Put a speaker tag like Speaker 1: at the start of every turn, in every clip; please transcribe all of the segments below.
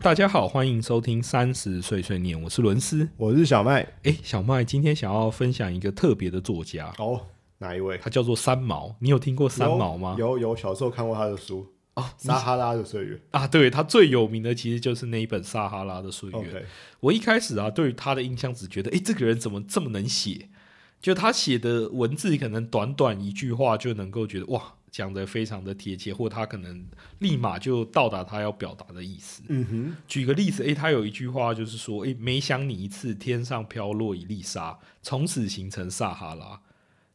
Speaker 1: 大家好，欢迎收听《三十岁碎念》，我是伦斯。
Speaker 2: 我是小麦。
Speaker 1: 哎，小麦今天想要分享一个特别的作家，
Speaker 2: 哦，哪一位？
Speaker 1: 他叫做三毛。你有听过三毛吗？
Speaker 2: 有有，小时候看过他的书
Speaker 1: 哦
Speaker 2: 《撒哈拉的岁月
Speaker 1: 啊，对他最有名的其实就是那一本《撒哈拉的岁》。月》。
Speaker 2: OK，
Speaker 1: 我一开始啊，对于他的印象只觉得，哎，这个人怎么这么能写？就他写的文字，可能短短一句话就能够觉得哇，讲的非常的贴切，或他可能立马就到达他要表达的意思。
Speaker 2: 嗯哼，
Speaker 1: 举个例子，诶，他有一句话就是说，诶，每想你一次，天上飘落一粒沙，从此形成撒哈拉。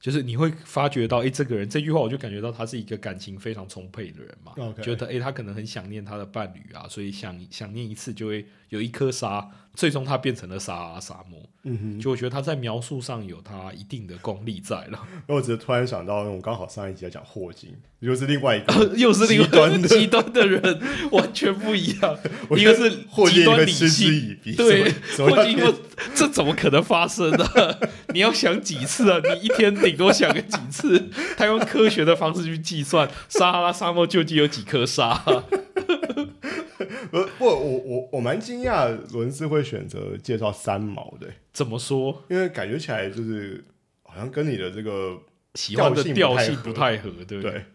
Speaker 1: 就是你会发觉到，诶，这个人这句话，我就感觉到他是一个感情非常充沛的人嘛。
Speaker 2: OK
Speaker 1: 啊觉得诶，他可能很想念他的伴侣啊，所以想想念一次就会有一颗沙，最终他变成了沙拉沙漠。
Speaker 2: 嗯哼。
Speaker 1: 就我觉得他在描述上有他一定的功力在了，
Speaker 2: 因为我只是突然想到，我们刚好上一集在讲霍金，又是另 外一个。
Speaker 1: 又是另外
Speaker 2: 极端的
Speaker 1: 极端的人，完全不一样。
Speaker 2: 我
Speaker 1: 一
Speaker 2: 觉
Speaker 1: 个
Speaker 2: 得
Speaker 1: 是
Speaker 2: 霍金
Speaker 1: 极端
Speaker 2: 会
Speaker 1: 理
Speaker 2: 嗤
Speaker 1: 性
Speaker 2: 之，以鼻。
Speaker 1: 对
Speaker 2: 什
Speaker 1: 霍
Speaker 2: 么什么
Speaker 1: 金
Speaker 2: 叫
Speaker 1: 说：“这怎么可能发生呢、 你要想几次啊？你一天顶多想个几次？ 他用科学的方式去计算撒哈拉沙漠究竟有几颗沙？
Speaker 2: 不不，我我我蛮惊讶，伦斯会选择介绍三毛的，
Speaker 1: 怎么说？
Speaker 2: 因为感觉起来就是好像跟你的这个
Speaker 1: 喜欢的调
Speaker 2: 调
Speaker 1: 性
Speaker 2: 性
Speaker 1: 不
Speaker 2: 不
Speaker 1: 太合，对不对？
Speaker 2: 对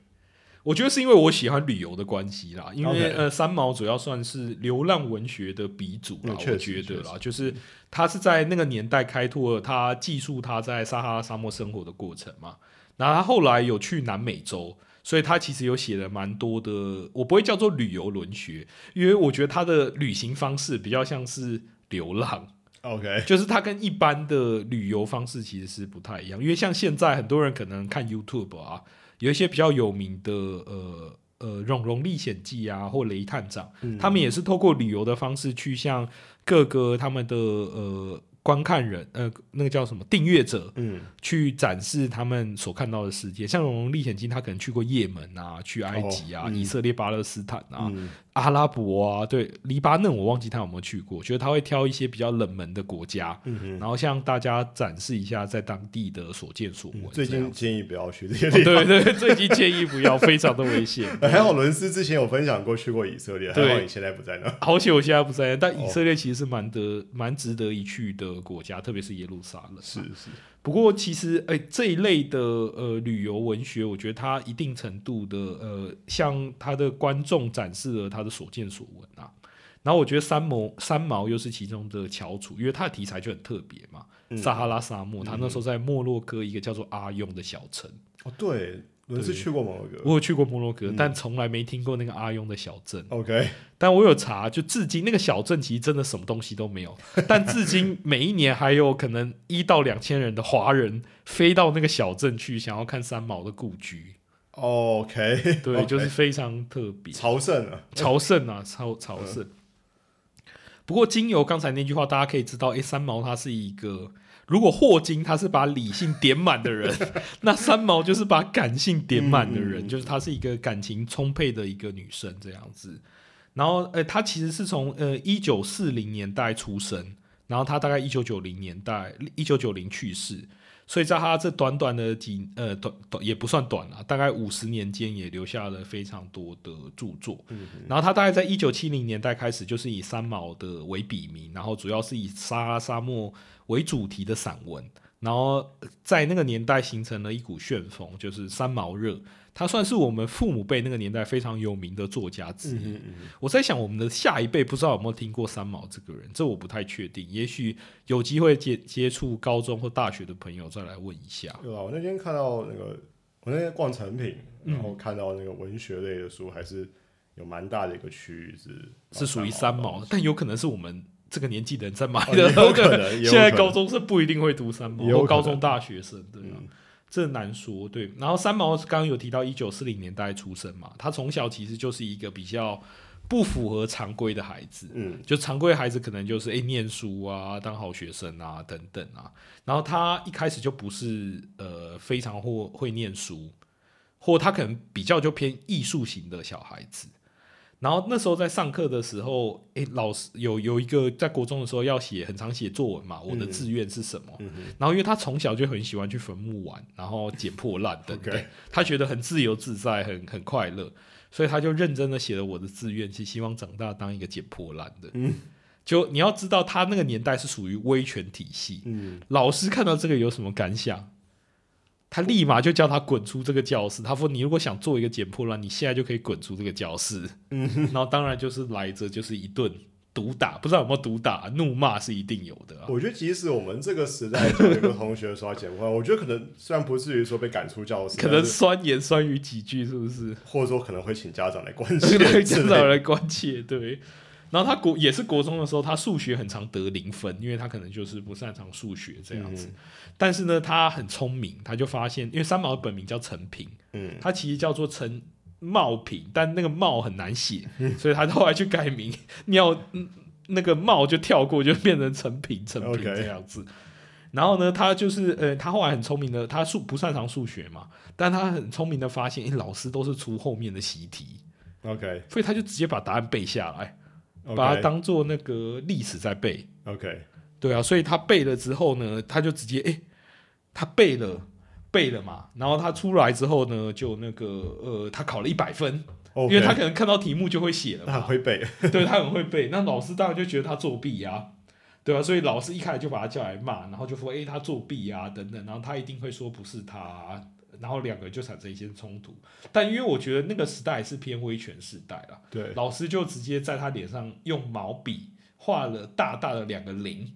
Speaker 1: 我觉得是因为我喜欢旅游的关系啦，因为
Speaker 2: OK
Speaker 1: 呃，三毛主要算是流浪文学的鼻祖啦，
Speaker 2: 嗯确
Speaker 1: 我
Speaker 2: 实
Speaker 1: 觉得
Speaker 2: 确
Speaker 1: 啦，就是他是在那个年代开拓了他记述他在撒哈拉沙漠生活的过程嘛，然后他后来有去南美洲。所以他其实有写了蛮多的，我不会叫做旅游文学，因为我觉得他的旅行方式比较像是流浪，
Speaker 2: OK
Speaker 1: 就是它跟一般的旅游方式其实是不太一样，因为像现在很多人可能看 YouTube 啊，有一些比较有名的呃呃《蓉蓉历险记》啊，或《雷探长》
Speaker 2: 嗯
Speaker 1: 他们也是透过旅游的方式去向各个他们的呃观看人呃那个叫什么订阅者
Speaker 2: 嗯
Speaker 1: 去展示他们所看到的世界。像《蓉蓉历险记》，他可能去过也门啊，去埃及啊，
Speaker 2: 哦嗯
Speaker 1: 以色列、巴勒斯坦啊，
Speaker 2: 嗯
Speaker 1: 阿拉伯啊，对，黎巴嫩我忘记他有没有去过，觉得他会挑一些比较冷门的国家，
Speaker 2: 嗯哼
Speaker 1: 然后向大家展示一下在当地的所见所闻
Speaker 2: 嗯，。最
Speaker 1: 这样
Speaker 2: 近
Speaker 1: 子
Speaker 2: 建议不要去这些
Speaker 1: 哦
Speaker 2: 地 方。
Speaker 1: 对对，对最近建议不要，非常的危险。
Speaker 2: 还好伦斯之前有分享过去过以色列，还好
Speaker 1: 对
Speaker 2: 你现在不在那。
Speaker 1: 好险我现在不在，但以色列其实是蛮得蛮值得一去的国家，特别 是耶路撒冷。
Speaker 2: 哦是是，
Speaker 1: 不过其实，哎、这一类的呃旅游文学，我觉得它一定程度的呃，向它的观众展示了他的所见所闻啊。然后我觉得三毛三毛又是其中的翘楚，因为它的题材就很特别嘛，
Speaker 2: 嗯
Speaker 1: 撒哈拉沙漠。他那时候在摩洛哥一个叫做阿用的小城，
Speaker 2: 哦，对，伦斯
Speaker 1: 对
Speaker 2: 去过摩洛哥。
Speaker 1: 我有去过摩洛哥，
Speaker 2: 嗯
Speaker 1: 但从来没听过那个阿用的小镇。
Speaker 2: OK，
Speaker 1: 但我有查，就至今那个小镇其实真的什么东西都没有， 但至今每一年还有可能一到两千人的华人飞到那个小镇去，想要看三毛的故居，
Speaker 2: OK，
Speaker 1: 对
Speaker 2: OK
Speaker 1: 就是非常特别，
Speaker 2: 朝圣了。
Speaker 1: 朝圣啊，朝朝圣。不过经由刚才那句话，大家可以知道，诶，三毛他是一个，如果霍金他是把理性点满的人，那三毛就是把感性点满的人，
Speaker 2: 嗯嗯嗯
Speaker 1: 就是她是一个感情充沛的一个女生这样子。然后，呃，她其实是从呃一九四零年代出生，然后她大概一九九零年代一九九零去世，所以在她这短短的几呃短短也不算短啊，大概五十年间也留下了非常多的著作。
Speaker 2: 嗯
Speaker 1: 然后她大概在一九七零年代开始，就是以三毛的为笔名，然后主要是以撒哈拉沙漠为主题的散文。然后在那个年代形成了一股旋风，就是三毛热。他算是我们父母辈那个年代非常有名的作家之一。
Speaker 2: 嗯嗯
Speaker 1: 我在想，我们的下一辈不知道有没有听过三毛这个人，这我不太确定。也许有机会接接触高中或大学的朋友再来问一下。
Speaker 2: 有啊，我那天看到那个，我那天逛成品，
Speaker 1: 嗯
Speaker 2: 然后看到那个文学类的书，还是有蛮大的一个区域是哦
Speaker 1: 是属于
Speaker 2: 三
Speaker 1: 三
Speaker 2: 毛
Speaker 1: 毛
Speaker 2: 的
Speaker 1: 的，但有可能是我们这个年纪的人在买
Speaker 2: 哦
Speaker 1: 的，
Speaker 2: 也 有
Speaker 1: 可
Speaker 2: 可能也有
Speaker 1: 现在
Speaker 2: 可
Speaker 1: 高
Speaker 2: 能
Speaker 1: 中生不一定会读三毛，
Speaker 2: 也有
Speaker 1: 或
Speaker 2: 可
Speaker 1: 高
Speaker 2: 能嗯
Speaker 1: 中大学生对啊，这难说对。然后三毛刚刚有提到一九四零年代出生嘛，他从小其实就是一个比较不符合常规的孩子，
Speaker 2: 嗯
Speaker 1: 就常规孩子可能就是诶、念书啊，当好学生啊等等啊。然后他一开始就不是呃非常或会念书，或他可能比较就偏艺术型的小孩子。然后那时候在上课的时候，诶，老师有有一个在国中的时候要写，很常写作文嘛。我的
Speaker 2: 嗯
Speaker 1: 志愿是什么？
Speaker 2: 嗯哼
Speaker 1: 然后因为他从小就很喜欢去坟墓玩，然后捡破烂等等
Speaker 2: OK
Speaker 1: 他觉得很自由自在，很很快乐，所以他就认真的写了我的志愿，是希望长大当一个捡破烂的。
Speaker 2: 嗯，
Speaker 1: 就你要知道，他那个年代是属于威权体系，
Speaker 2: 嗯，
Speaker 1: 老师看到这个有什么感想？他立马就叫他滚出这个教室。他说：“你如果想做一个捡破烂，你现在就可以滚出这个教室。”嗯，然后当然就是来着就是一顿毒打，不知道有没有毒打，怒骂是一定有的、啊。
Speaker 2: 我觉得即使我们这个时代 就有一个同学说要剪坏，我觉得可能虽然不至于说被赶出教室，
Speaker 1: 可
Speaker 2: 但
Speaker 1: 能
Speaker 2: 是
Speaker 1: 酸言酸语几句，是不是？
Speaker 2: 或者说可能会请家长来关
Speaker 1: 这
Speaker 2: 心
Speaker 1: 个
Speaker 2: 之
Speaker 1: 家
Speaker 2: 类
Speaker 1: 长
Speaker 2: 的。
Speaker 1: 来关切，对。然后他国也是国中的时候，他数学很常得零分，因为他可能就是不擅长数学这
Speaker 2: 嗯
Speaker 1: 样子。但是呢，他很聪明，他就发现，因为三毛的本名叫陈平，
Speaker 2: 嗯，
Speaker 1: 他其实叫做陈茂平，但那个茂很难写，所以他后来去改名，尿嗯那个茂就跳过，就变成陈平，陈平
Speaker 2: OK
Speaker 1: 这样子。然后呢，他就是呃，他后来很聪明的，他数不擅长数学嘛，但他很聪明的发现，诶哎老师都是出后面的习题，
Speaker 2: OK
Speaker 1: 所以他就直接把答案背下来，把它
Speaker 2: OK
Speaker 1: 当做那个历史在背。
Speaker 2: OK，
Speaker 1: 对啊，所以他背了之后呢，他就直接诶，他背了背了嘛，然后他出来之后呢，就那个呃，他考了一百分因为他可能看到题目就会写了
Speaker 2: 他很
Speaker 1: 嘛，
Speaker 2: 会背，
Speaker 1: 对他很会背，那老师当然就觉得他作弊啊。对啊，所以老师一开始就把他叫来骂，然后就说：“诶，他作弊啊，等等。”然后他一定会说不是他啊、然后两个就产生一些冲突。但因为我觉得那个时代是偏威权时代啦，
Speaker 2: 对，
Speaker 1: 老师就直接在他脸上用毛笔画了大大的两个零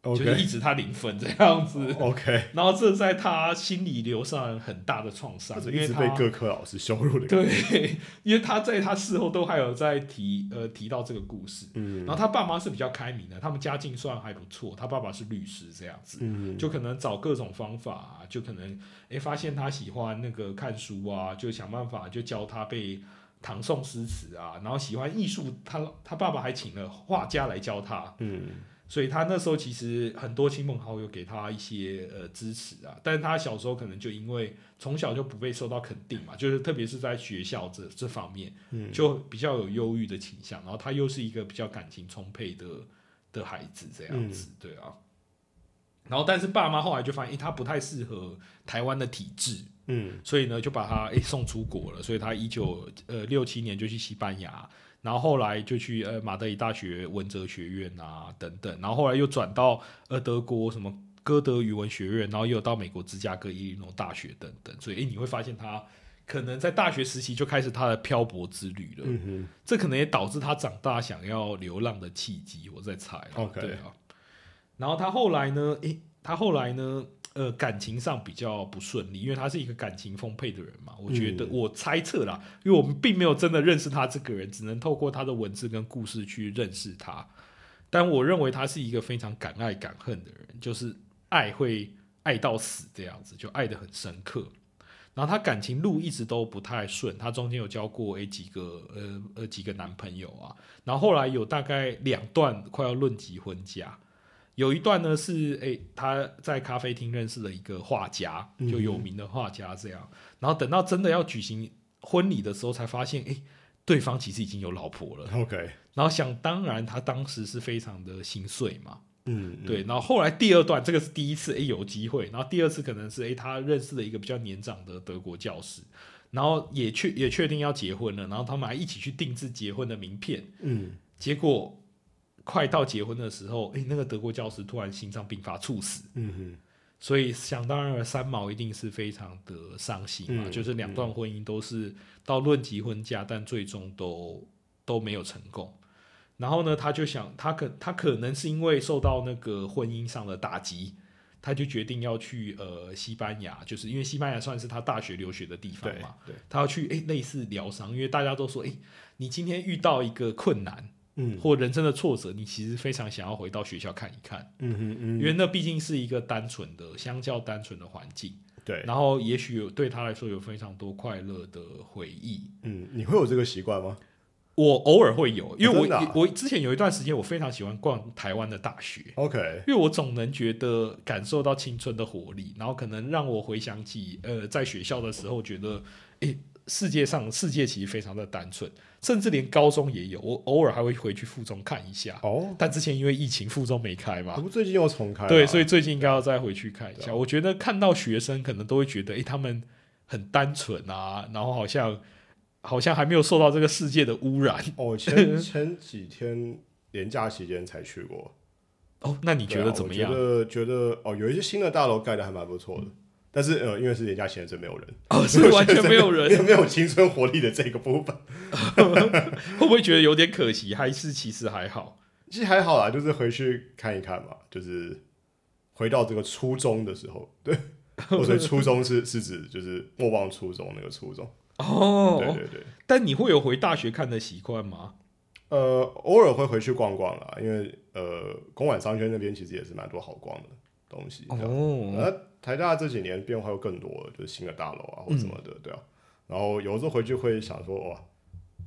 Speaker 1: 就是一
Speaker 2: OK 哦
Speaker 1: 直他零分这样子。
Speaker 2: OK，
Speaker 1: 然后这在他心里留上很大的创伤
Speaker 2: 或，者
Speaker 1: 因
Speaker 2: 一
Speaker 1: 为
Speaker 2: 直
Speaker 1: 他
Speaker 2: 被各科老师羞辱的感 觉。
Speaker 1: 对，因为他在他事后都还有在提呃提到这个故事。然
Speaker 2: 嗯
Speaker 1: 后他爸妈是比较开明的，他们家境算还不错，他爸爸是律师这样子。
Speaker 2: 嗯，
Speaker 1: 就可能找各种方法、啊，就可能诶、发现他喜欢那个看书啊，就想办法就教他背唐宋诗词啊，然后喜欢艺术，他他爸爸还请了画家来教他，
Speaker 2: 嗯
Speaker 1: 所以他那时候其实很多亲朋好友给他一些呃支持啊，但是他小时候可能就因为从小就不被受到肯定嘛，就是特别是在学校这这方面，
Speaker 2: 嗯
Speaker 1: 就比较有忧郁的倾向，然后他又是一个比较感情充沛的的孩子，这样子，
Speaker 2: 嗯
Speaker 1: 对啊。然后，但是爸妈后来就发现，诶他不太适合台湾的体制，
Speaker 2: 嗯
Speaker 1: 所以呢，就把他诶送出国了。所以他一九呃六七年就去西班牙，然后后来就去呃马德里大学文哲学院啊等等，然后后来又转到呃德国什么歌德语文学院，然后又到美国芝加哥伊利诺大学等等。所以哎诶你会发现他可能在大学时期就开始他的漂泊之旅了。
Speaker 2: 嗯
Speaker 1: 这可能也导致他长大想要流浪的契机，我在猜啊。
Speaker 2: OK
Speaker 1: 对啊。然后他后来呢？诶，他后来呢？呃，感情上比较不顺利，因为他是一个感情丰沛的人嘛。我觉得、
Speaker 2: 嗯
Speaker 1: 我猜测啦，因为我们并没有真的认识他这个人，只能透过他的文字跟故事去认识他。但我认为他是一个非常敢爱敢恨的人，就是爱会爱到死这样子，就爱得很深刻。然后他感情路一直都不太顺，他中间有交过诶几个呃呃几个男朋友啊，然后后来有大概两段快要论及婚嫁，有一段呢是诶他在咖啡厅认识了一个画家，
Speaker 2: 嗯
Speaker 1: 就有名的画家这样，然后等到真的要举行婚礼的时候，才发现诶对方其实已经有老婆了，
Speaker 2: 哼，OK，
Speaker 1: 然后想当然他当时是非常的心碎嘛，
Speaker 2: 嗯，
Speaker 1: 对，然后后来第二段这个是第一次，诶有机会，然后第二次可能是诶他认识了一个比较年长的德国教师，然后也确也确定要结婚了，然后他们还一起去定制结婚的名片，
Speaker 2: 嗯，
Speaker 1: 结果快到结婚的时候，诶那个德国教师突然心脏病发猝死，
Speaker 2: 嗯哼，
Speaker 1: 所以想当然了，三毛一定是非常的伤心嘛，
Speaker 2: 嗯
Speaker 1: 就是两段婚姻都是到论及婚嫁，但最终都都没有成功。然后呢，他就想，他可他可能是因为受到那个婚姻上的打击，他就决定要去呃西班牙，就是因为西班牙算是他大学留学的地方
Speaker 2: 对
Speaker 1: 嘛，
Speaker 2: 对，
Speaker 1: 他要去诶类似疗伤，因为大家都说诶，你今天遇到一个困难
Speaker 2: 嗯
Speaker 1: 或人生的挫折，你其实非常想要回到学校看一看。
Speaker 2: 嗯哼嗯，
Speaker 1: 因为那毕竟是一个单纯的、相较单纯的环境，
Speaker 2: 对，
Speaker 1: 然后也许有对他来说有非常多快乐的回忆。
Speaker 2: 嗯，你会有这个习惯吗？
Speaker 1: 我偶尔会有，因为我、
Speaker 2: 真的啊
Speaker 1: 我之前有一段时间我非常喜欢逛台湾的大学，
Speaker 2: OK，
Speaker 1: 因为我总能觉得感受到青春的活力，然后可能让我回想起呃在学校的时候觉得，诶、世界上世界其实非常的单纯，甚至连高中也有，我偶尔还会回去附中看一下。
Speaker 2: 哦，
Speaker 1: 但之前因为疫情，附中没开嘛
Speaker 2: 不，过最近又重开了，
Speaker 1: 对，所以最近应该要再回去看一
Speaker 2: 对
Speaker 1: 下。
Speaker 2: 啊
Speaker 1: 我觉得看到学生可能都会觉得，诶，他们很单纯啊，然后好像好像还没有受到这个世界的污染。
Speaker 2: 哦， 前前几天年假期间才去过，
Speaker 1: 哦，那你
Speaker 2: 你
Speaker 1: 觉得怎么样
Speaker 2: 啊
Speaker 1: 嗯
Speaker 2: 觉？得觉得哦，有一些新的大楼盖的还蛮不错的，但是呃，因为是年假期间真没有人，
Speaker 1: 哦， 是完全没有
Speaker 2: 没
Speaker 1: 人，
Speaker 2: 有没有青春活力的这个部分，
Speaker 1: 会不会觉得有点可惜？还是其实还好？
Speaker 2: 其实还好啦，就是回去看一看嘛，就是回到这个初中的时候， 对，我所以初中是是指就是莫忘初衷那个初衷，
Speaker 1: 哦，
Speaker 2: 对对对。
Speaker 1: 但你会有回大学看的习惯吗？
Speaker 2: 呃，偶尔会回去逛逛啦，因为呃，公馆商圈那边其实也是蛮多好逛的东西。对啊
Speaker 1: 哦，
Speaker 2: 那台大这几年变化又更多了，就是新的大楼啊或什么
Speaker 1: 嗯
Speaker 2: 的，对啊。然后有时候回去会想说，哇，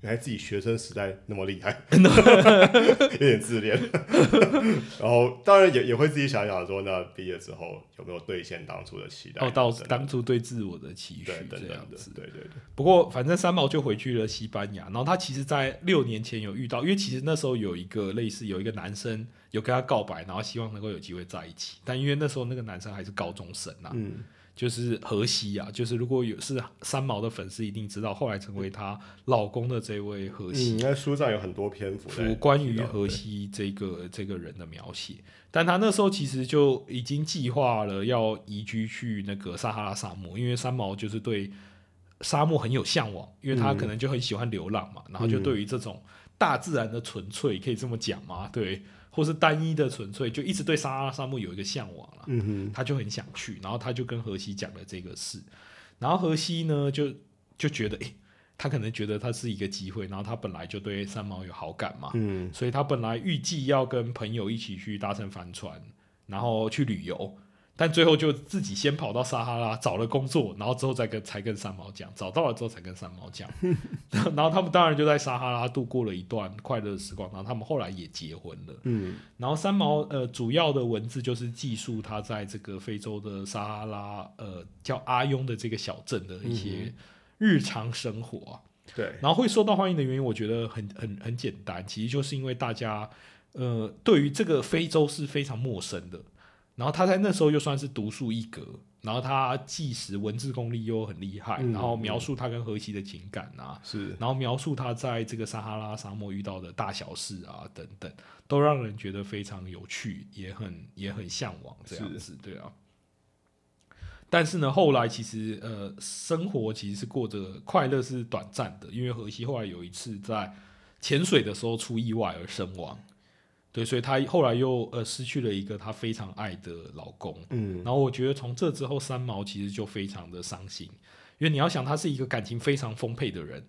Speaker 2: 原来自己学生时代那么 厉害，有点自恋。 然后当然也也会自己想想说，那毕业之后有没有兑现当初的期待？
Speaker 1: 哦，到
Speaker 2: 等等
Speaker 1: 当初对自我的期许
Speaker 2: 对等
Speaker 1: 这
Speaker 2: 等
Speaker 1: 样
Speaker 2: 的
Speaker 1: 子，。
Speaker 2: 对对对。
Speaker 1: 不过，反正三毛就回去了西班牙，然后他其实，在六年前有遇到，因为其实那时候有一个类似有一个男生有跟他告白，然后希望能够有机会在一起，但因为那时候那个男生还是高中生啊，
Speaker 2: 嗯，
Speaker 1: 就是荷西啊，就是如果有是三毛的粉丝一定知道，后来成为她老公的这位荷西
Speaker 2: 嗯，那书上有很多篇幅在
Speaker 1: 有关于
Speaker 2: 提到
Speaker 1: 荷西这个这个人的描写，但他那时候其实就已经计划了要移居去那个撒哈拉沙漠，因为三毛就是对沙漠很有向往，因为他
Speaker 2: 嗯
Speaker 1: 可能就很喜欢流浪嘛，然后就
Speaker 2: 嗯
Speaker 1: 对于这种大自然的纯粹，可以这么讲吗？对，或是单一的纯粹，就一直对撒哈拉沙漠有一个向往啦。
Speaker 2: 嗯哼，
Speaker 1: 他就很想去，然后他就跟荷西讲了这个事，然后荷西呢就就觉得，诶、他可能觉得他是一个机会，然后他本来就对三毛有好感嘛，
Speaker 2: 嗯。
Speaker 1: 所以他本来预计要跟朋友一起去搭乘帆船，然后去旅游，但最后就自己先跑到撒哈拉找了工作，然后之后再跟才跟三毛讲，找到了之后才跟三毛讲，然后然后他们当然就在撒哈拉度过了一段快乐的时光，然后他们后来也结婚了。
Speaker 2: 嗯
Speaker 1: 然后三毛呃主要的文字就是记述他在这个非洲的撒哈拉呃叫阿雍的这个小镇的一些日常生活啊、，
Speaker 2: 对，
Speaker 1: 然后会受到欢迎的原因，我觉得很很很简单，其实就是因为大家呃对于这个非洲是非常陌生的，然后他在那时候又算是独树一格，然后他纪实文字功力又很厉害，
Speaker 2: 嗯
Speaker 1: 然后描述他跟荷西的情感啊，
Speaker 2: 是，
Speaker 1: 然后描述他在这个撒哈拉沙漠遇到的大小事啊等等，都让人觉得非常有趣，也很也很向往这样子，对啊。但是呢，后来其实呃，生活其实是过着快乐是短暂的，因为荷西后来有一次在潜水的时候出意外而身亡，对，所以他后来又呃失去了一个他非常爱的老公，
Speaker 2: 嗯
Speaker 1: 然后我觉得从这之后，三毛其实就非常的伤心，因为你要想，他是一个感情非常丰沛的人，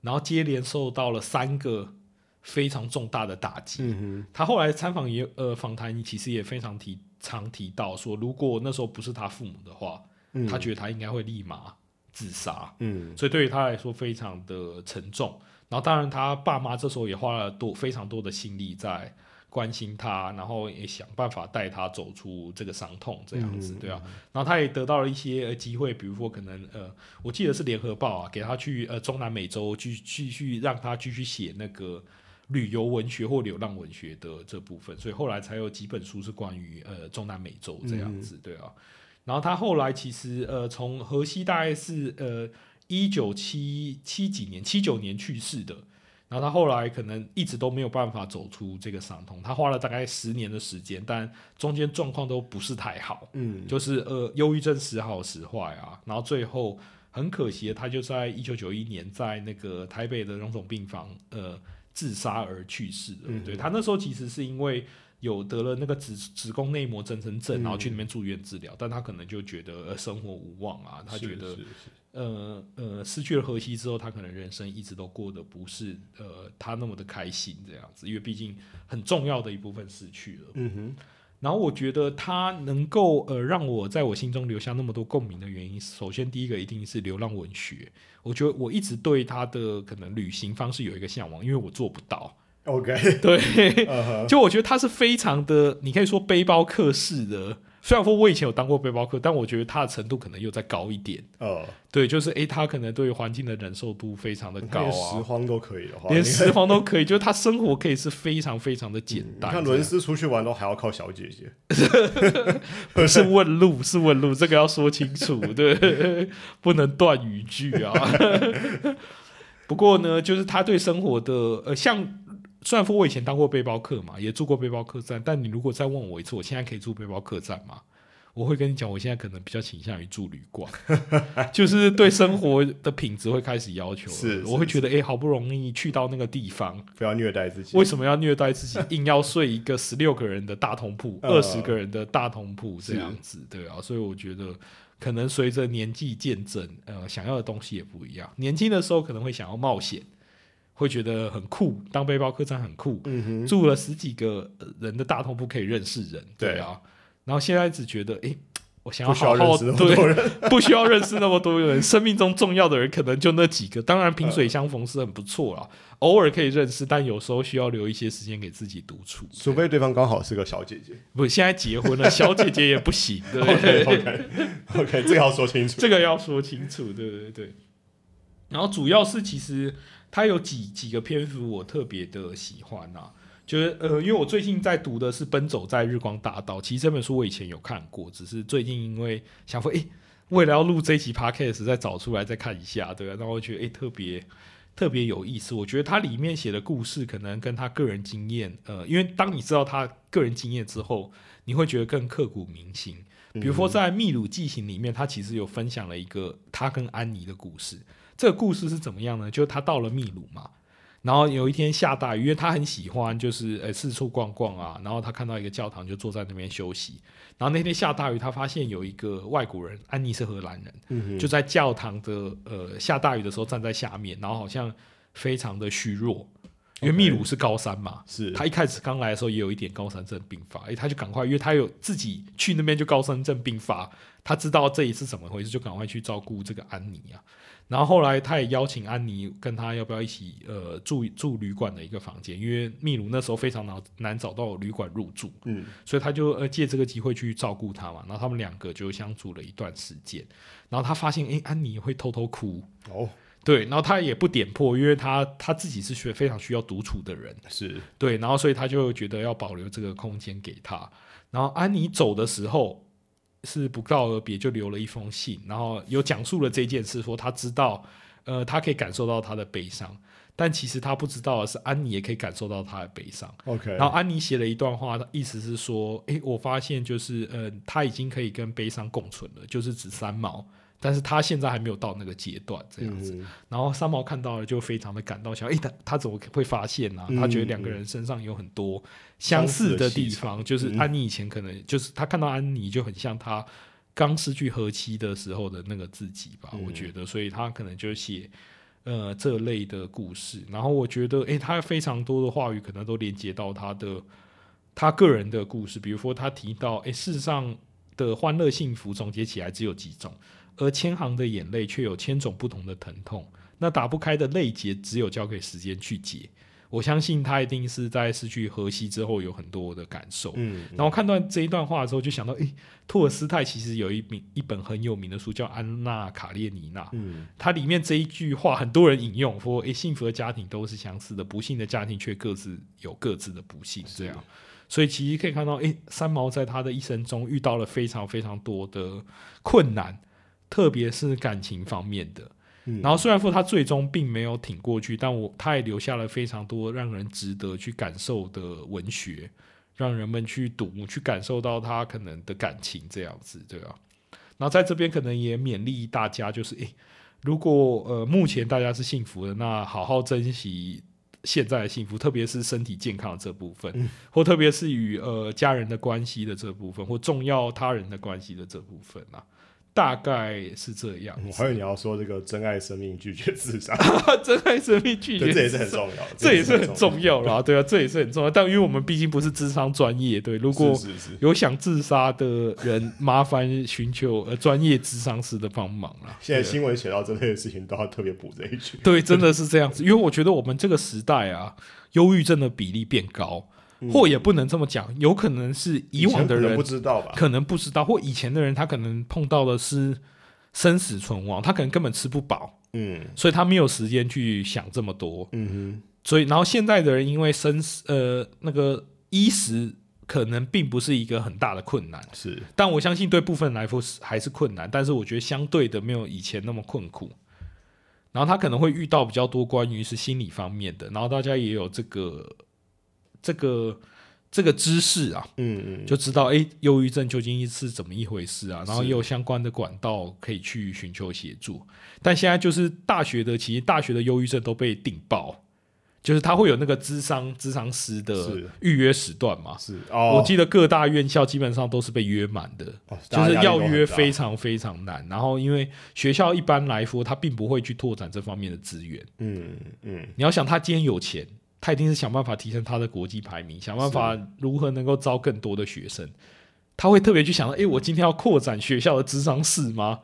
Speaker 1: 然后接连受到了三个非常重大的打击。
Speaker 2: 嗯
Speaker 1: 他后来参访也呃访谈，其实也非常提常提到说，如果那时候不是他父母的话，
Speaker 2: 哼
Speaker 1: 他觉得他应该会立马自杀，
Speaker 2: 嗯
Speaker 1: 所以对于他来说非常的沉重。然后当然，他爸妈这时候也花了多非常多的心力在关心他，然后也想办法带他走出这个伤痛，这样子，
Speaker 2: 嗯
Speaker 1: 对啊。然后他也得到了一些呃机会，比如说可能呃，我记得是联合报啊，给他去呃中南美洲继继续让他继续写那个旅游文学或流浪文学的这部分，所以后来才有几本书是关于呃中南美洲这样子，对啊。然后他后来其实呃从荷西大概是呃一九七七几年七九年去世的。然后他后来可能一直都没有办法走出这个伤痛，他花了大概十年的时间，但中间状况都不是太好，
Speaker 2: 嗯
Speaker 1: 就是呃，忧郁症时好时坏啊，然后最后很可惜的，他就在一九九一年在那个台北的荣总病房呃自杀而去世了。
Speaker 2: 嗯
Speaker 1: 对他那时候其实是因为有得了那个子子宫内膜增生症，
Speaker 2: 嗯
Speaker 1: 然后去那边住院治疗，但他可能就觉得呃生活无望啊，他觉得呃呃失去了荷西之后，他可能人生一直都过得不是呃他那么的开心这样子，因为毕竟很重要的一部分失去了。
Speaker 2: 嗯
Speaker 1: 然后我觉得他能够呃让我在我心中留下那么多共鸣的原因，首先第一个一定是流浪文学。我觉得我一直对他的可能旅行方式有一个向往，因为我做不到。
Speaker 2: 哼，OK，
Speaker 1: 对，
Speaker 2: 嗯哼
Speaker 1: 就我觉得他是非常的，你可以说背包客式的虽然说我以前有当过背包客，但我觉得他的程度可能又再高一点。
Speaker 2: 呃，
Speaker 1: 对，就是诶，他可能对于环境的忍受度非常的高
Speaker 2: 连拾
Speaker 1: 啊，
Speaker 2: 荒都可以的话，
Speaker 1: 连
Speaker 2: 你
Speaker 1: 拾荒都可以，就是他生活可以是非常非常的简
Speaker 2: 嗯你
Speaker 1: 单。
Speaker 2: 看伦斯出去玩都还要靠小姐姐，
Speaker 1: 不是问路，是问路，这个要说清楚， 对，不能断语句啊。 不过呢，就是他对生活的呃，像虽然说我以前当过背包客嘛，也住过背包客栈，但你如果再问我一次，我现在可以住背包客栈吗？我会跟你讲，我现在可能比较倾向于住旅馆， 就是对生活的品质会开始要求了。
Speaker 2: 是是
Speaker 1: 我会觉得，哎、好不容易去到那个地方，
Speaker 2: 不要虐待自己
Speaker 1: 为。什么要虐待自己，硬要睡 一个十六个人的大通铺，
Speaker 2: 呃
Speaker 1: 二十、个人的大通铺这样子，对啊，所以我觉得可能随着年纪渐增，呃，想要的东西也不一样。年轻的时候可能会想要冒险，会觉得很酷，当背包客栈很酷，
Speaker 2: 嗯哼，
Speaker 1: 住了十几个呃人的大通铺可以认识人，
Speaker 2: 对
Speaker 1: 对啊。然后现在只觉得，诶，我想
Speaker 2: 不需要
Speaker 1: 好好
Speaker 2: 认识那么
Speaker 1: 对
Speaker 2: 多人，
Speaker 1: 不需要认识那么多人，生命中重要的人可能就那几个。当然，萍水相逢是很不错啦，偶尔可以认识，但有时候需要留一些时间给自己独处。
Speaker 2: 除非对方刚好是个小姐姐。
Speaker 1: 不，现在结婚了，小姐姐也不行，对不对？
Speaker 2: OK OK OK，这个要说清楚。
Speaker 1: 这个要说清楚，对对对。然后主要是其实它有几几个篇幅我特别的喜欢啊，就是呃，因为我最近在读的是《奔走在日光大道》，其实这本书我以前有看过，只是最近因为想说，诶，为了要录这一期 podcast 再找出来再看一下，对吧、那我觉得诶，特别。特别有意思，我觉得它里面写的故事可能跟他个人经验，呃，因为当你知道他个人经验之后，你会觉得更刻骨铭心。 比如
Speaker 2: 嗯
Speaker 1: 说在《秘鲁纪行》里面，他其实有分享了一个他跟安妮的故事。这个故事是怎么样呢？就是他到了秘鲁嘛，然后有一天下大雨，因为他很喜欢就是呃四处逛逛啊，然后他看到一个教堂就坐在那边休息。然后那天下大雨，他发现有一个外国人，安妮是荷兰人，
Speaker 2: 嗯哼，
Speaker 1: 就在教堂的呃下大雨的时候站在下面，然后好像非常的虚弱，因为
Speaker 2: OK
Speaker 1: 秘鲁是高山嘛，
Speaker 2: 是
Speaker 1: 他一开始刚来的时候也有一点高山症并发，诶，他就赶快，因为他有自己去那边就高山症并发，他知道这里是怎么回事，就赶快去照顾这个安妮啊。然后后来他也邀请安妮跟他要不要一起呃住住旅馆的一个房间，因为秘鲁那时候非常难难找到旅馆入住，
Speaker 2: 嗯
Speaker 1: 所以他就呃借这个机会去照顾他嘛。然后他们两个就相处了一段时间，然后他发现诶，安妮会偷偷哭，
Speaker 2: 哦
Speaker 1: 对，然后他也不点破，因为他他自己是学非常需要独处的人。
Speaker 2: 是
Speaker 1: 对，然后所以他就觉得要保留这个空间给他。然后安妮走的时候是不告而别，就留了一封信，然后有讲述了这件事，说他知道，呃，他可以感受到他的悲伤，但其实他不知道的是，安妮也可以感受到他的悲伤。
Speaker 2: OK，
Speaker 1: 然后安妮写了一段话，意思是说，诶，我发现就是，呃，他已经可以跟悲伤共存了，就是指三毛，但是他现在还没有到那个阶段，这样子。
Speaker 2: 嗯哼
Speaker 1: 然后三毛看到了就非常的感到想，诶，他他怎么会发现呢、
Speaker 2: 嗯
Speaker 1: 他觉得两个人身上有很多嗯相似的嗯地方，就是安妮以前可能就是他看到安妮就很像他刚失去和妻的时候的那个自己吧，
Speaker 2: 嗯
Speaker 1: 我觉得，所以他可能就写呃这类的故事。然后我觉得，诶，他非常多的话语可能都连接到他的他个人的故事，比如说他提到，诶，世上的欢乐幸福总结起来只有几种，而千行的眼泪却有千种不同的疼痛。那打不开的泪结，只有交给时间去解。我相信他一定是在失去荷西之后有很多的感受。
Speaker 2: 嗯
Speaker 1: 然后看到这一段话的时候，就想到，诶，托尔斯泰其实有一名一本很有名的书叫《安娜·卡列尼娜》，
Speaker 2: 嗯
Speaker 1: 它里面这一句话很多人引用，说：“诶，幸福的家庭都是相似的，不幸的家庭却各自有各自的不幸。”这样，所以其实可以看到，诶，三毛在他的一生中遇到了非常非常多的困难，特别是感情方面的。
Speaker 2: 嗯
Speaker 1: 然后虽然说他最终并没有挺过去，但我他也留下了非常多让人值得去感受的文学，让人们去读，去感受到他可能的感情这样子，对啊。然后在这边可能也勉励大家，就是诶，如果呃目前大家是幸福的，那好好珍惜现在的幸福，特别是身体健康的这部分，或特别是与呃家人的关系的这部分，或重要他人的关系的这部分啊，大概是这样子。
Speaker 2: 嗯我还以为你要说这个珍爱生命，拒绝自 杀，
Speaker 1: 他真爱生命拒
Speaker 2: 对，
Speaker 1: 绝，
Speaker 2: 这也是很重要，
Speaker 1: 这也是很重要啦，对啊，这也是很重要。但因为我们毕竟不是智商专业，对，如
Speaker 2: 要
Speaker 1: 果
Speaker 2: 是是是，
Speaker 1: 有想自杀的人，麻烦寻求呃专业智商师的帮忙啦。
Speaker 2: 现在
Speaker 1: 对啊
Speaker 2: 新闻写到这类的事情都要特别补这一句。
Speaker 1: 对，真的是这样子，因为我觉得我们这个时代啊，忧郁症的比例变高。或也不能这么讲，有可能是以往的
Speaker 2: 嗯前可能
Speaker 1: 人
Speaker 2: 不知道吧？
Speaker 1: 可能不知道，或以前的人他可能碰到的是生死存亡，他可能根本吃不饱，
Speaker 2: 嗯
Speaker 1: 所以他没有时间去想这么多。
Speaker 2: 嗯
Speaker 1: 所以，然后现代的人因为生死呃那个衣食可能并不是一个很大的困难，
Speaker 2: 哼，是
Speaker 1: 但我相信对部分来说是还是困难，但是我觉得相对的没有以前那么困苦。然后他可能会遇到比较多关于是心理方面的，然后大家也有这个这个这个知识啊，
Speaker 2: 嗯嗯，
Speaker 1: 就知道诶，忧郁症究竟是怎么一回事啊，然后
Speaker 2: 是
Speaker 1: 也有相关的管道可以去寻求协助。但现在就是大学的，其实大学的忧郁症都被顶爆，就是他会有那个咨商咨商师的
Speaker 2: 是
Speaker 1: 预约时段嘛。
Speaker 2: 是哦，
Speaker 1: 我记得各大院校基本上都是被约满的，
Speaker 2: 哦
Speaker 1: 就
Speaker 2: 大
Speaker 1: 是
Speaker 2: 家压力
Speaker 1: 要
Speaker 2: 都很
Speaker 1: 约
Speaker 2: 大
Speaker 1: 非常非常难。然后因为学校一般来说，他并不会去拓展这方面的资源。
Speaker 2: 嗯嗯
Speaker 1: 你要想，他今天有钱，他一定是想办法提升他的国际排名，想办法如何能够招更多的学生。他会特别去想到，诶，我今天要扩展学校的智商室吗？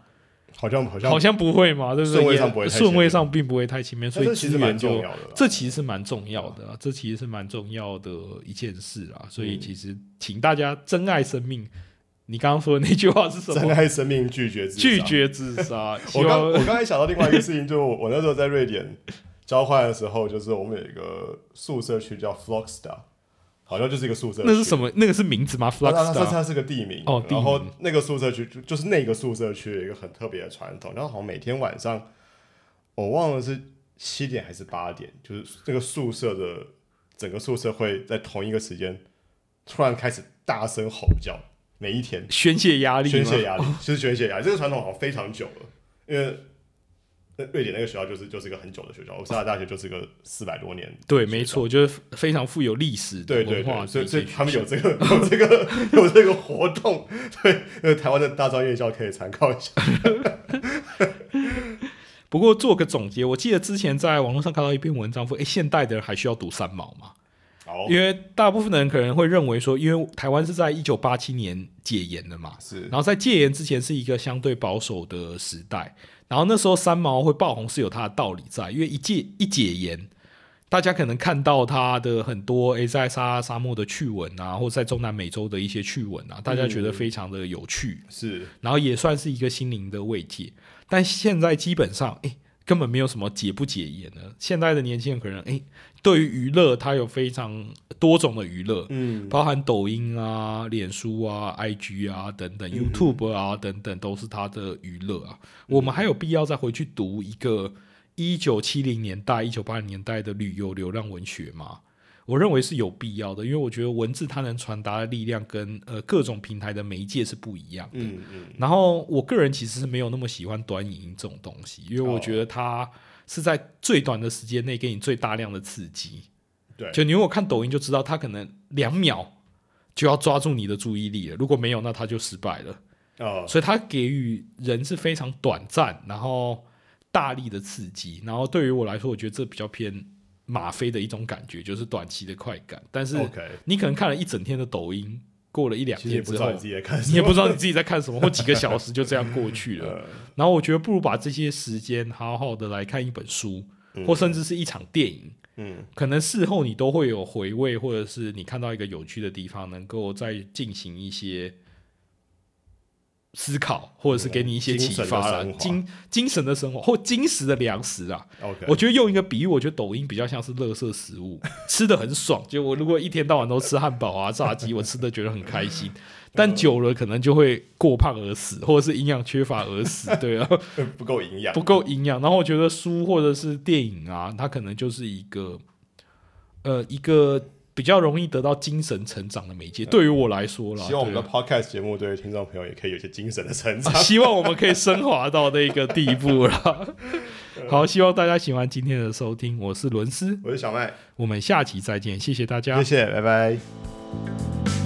Speaker 2: 好像好像
Speaker 1: 好像不会嘛，对不对？
Speaker 2: 顺位上
Speaker 1: 也
Speaker 2: 不会太前面
Speaker 1: 顺位上并不会太前面，所
Speaker 2: 但
Speaker 1: 以
Speaker 2: 这其
Speaker 1: 资
Speaker 2: 实
Speaker 1: 源
Speaker 2: 蛮
Speaker 1: 就
Speaker 2: 重要的啦，啊
Speaker 1: 这其实是蛮重要的啊，这其实是蛮重要的一件事啊。所
Speaker 2: 嗯
Speaker 1: 以其实请大家珍爱生命。你刚刚说的那句话是 什
Speaker 2: 珍
Speaker 1: 么？
Speaker 2: 爱生命，拒绝自杀
Speaker 1: 拒。绝自杀。希
Speaker 2: 我刚
Speaker 1: 望
Speaker 2: 我刚才想到另外一个事情，就是我我那时候在瑞典交换的时候，就是我们有一个宿舍区叫 Flogsta，好像就是一个宿舍区。
Speaker 1: 那是什么？那个是名字吗
Speaker 2: 它它它
Speaker 1: ？Fluxstar
Speaker 2: 它是个地名
Speaker 1: 哦地名
Speaker 2: 然后那个宿舍区就就是那个宿舍区有一个很特别的传统，然后好像每天晚上我忘了是七点还是八点，就是这个宿舍的整个宿舍会在同一个时间突然开始大声吼叫，每一天
Speaker 1: 宣泄压力吗？
Speaker 2: 宣泄压力，就是宣泄压力。这个传统好像非常久了，因为呃瑞典那个学校就是就是一个很久的学校，我上海大学就是个四百多年的
Speaker 1: 对，
Speaker 2: 学
Speaker 1: 没
Speaker 2: 校。
Speaker 1: 错，就是非常富有历史的
Speaker 2: 对对
Speaker 1: 文化的
Speaker 2: 对，所以
Speaker 1: 一
Speaker 2: 所
Speaker 1: 些
Speaker 2: 以他
Speaker 1: 学
Speaker 2: 们
Speaker 1: 校。
Speaker 2: 有这个 有这个有这个活动，对，呃，台湾的大专院校可以参考一下。
Speaker 1: 不过做个总结，我记得之前在网络上看到一篇文章说，诶，现代的人还需要读三毛吗？
Speaker 2: 好，
Speaker 1: 因为大部分的人可能会认为说，因为台湾是在一九八七年解严的嘛，
Speaker 2: 是
Speaker 1: 然后在戒严之前是一个相对保守的时代，然后那时候三毛会爆红是有它的道理在，因为一戒一解严，大家可能看到他的很多诶在沙沙漠的趣闻啊，或者在中南美洲的一些趣闻啊，大家觉得
Speaker 2: 嗯
Speaker 1: 非常的有趣，
Speaker 2: 是，
Speaker 1: 然后也算是一个心灵的慰藉。但现在基本上，哎，根本没有什么解不解严了。现在的年轻人可能，哎，对于娱乐，他有非常多种的娱乐，
Speaker 2: 嗯，
Speaker 1: 包含抖音啊、脸书啊、IG 啊等等、
Speaker 2: 嗯
Speaker 1: YouTube 啊等等，都是他的娱乐啊。我们还有必要再回去读一个一九七零年代、一九八零年代的旅游流量文学吗？我认为是有必要的，因为我觉得文字它能传达的力量跟呃各种平台的媒介是不一样的。
Speaker 2: 嗯嗯，
Speaker 1: 然后我个人其实是没有那么喜欢短影音这种东西，因为我
Speaker 2: 哦
Speaker 1: 觉得它是在最短的时间内给你最大量的刺激。
Speaker 2: 对，
Speaker 1: 就你如果看抖音就知道，它可能两秒就要抓住你的注意力了，如果没有，那它就失败了。
Speaker 2: 哦，
Speaker 1: 所以它给予人是非常短暂，然后大力的刺激。然后对于我来说，我觉得这比较偏吗啡的一种感觉，就是短期的快感。但是
Speaker 2: OK，
Speaker 1: 你可能看了一整天的抖音，过了一两
Speaker 2: 哦其实也
Speaker 1: 天
Speaker 2: 不
Speaker 1: 之
Speaker 2: 知
Speaker 1: 后
Speaker 2: 道你，自己在看什么，
Speaker 1: 你也不知道你自己在看什么，或几个小时就这样过去了。
Speaker 2: 呃，
Speaker 1: 然后我觉得不如把这些时间好好的来看一本书，
Speaker 2: 嗯
Speaker 1: 或甚至是一场电影。
Speaker 2: 嗯
Speaker 1: 可能事后你都会有回味，或者是你看到一个有趣的地方，能够再进行一些思考，或者是给你一些
Speaker 2: 嗯精
Speaker 1: 启
Speaker 2: 神的
Speaker 1: 发啦
Speaker 2: 升华
Speaker 1: 精精神的生活或精实的粮食啊。
Speaker 2: ，OK，
Speaker 1: 我觉得用一个比喻，我觉得抖音比较像是垃圾食 物，吃的很爽。就我如果一天到晚都吃汉堡啊、炸鸡，我吃的觉得很开心，
Speaker 2: 嗯
Speaker 1: 但久了可能就会过胖而死，或者是营养缺乏而 死，对啊，
Speaker 2: 呃 不够营养，
Speaker 1: 不够营养。然后我觉得书或者是电影啊，它可能就是一个呃一个比较容易得到精神成长的媒介。对于我来说啦，
Speaker 2: 嗯希望我们
Speaker 1: 对啊
Speaker 2: 的 Podcast 节目对于听众朋友也可以有一些精神的成长
Speaker 1: 啊。 希望我们可以升华到那个地步了。好，希望大家喜欢今天的收听，我是伦斯，
Speaker 2: 我是小麦，
Speaker 1: 我们下期再见，谢谢大家
Speaker 2: 谢。谢，拜拜。